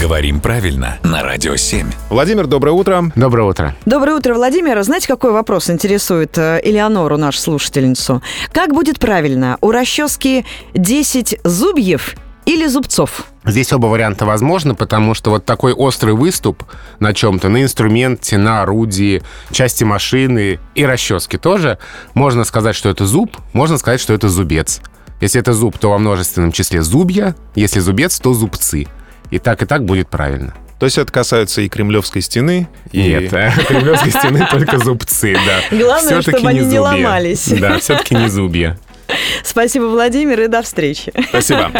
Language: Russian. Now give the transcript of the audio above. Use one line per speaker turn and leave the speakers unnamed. Говорим правильно на Радио 7.
Владимир, доброе утро.
Доброе утро.
Доброе утро, Владимир. Знаете, какой вопрос интересует э, Элеонору, нашу слушательницу? Как будет правильно? У расчески 10 зубьев или зубцов?
Здесь оба варианта возможны, потому что вот такой острый выступ на чем-то, на инструменте, на орудии, части машины и расчески тоже, можно сказать, что это зуб, можно сказать, что это зубец. Если это зуб, то во множественном числе зубья, если зубец, то зубцы. И так, и так будет правильно.
То есть это касается и Кремлевской стены, и...
Нет, э, кремлевской стены только зубцы, да.
Главное,
Всё-таки
чтобы они не
зубья.
ломались.
Да, все-таки не зубья.
Спасибо, Владимир, и до встречи.
Спасибо.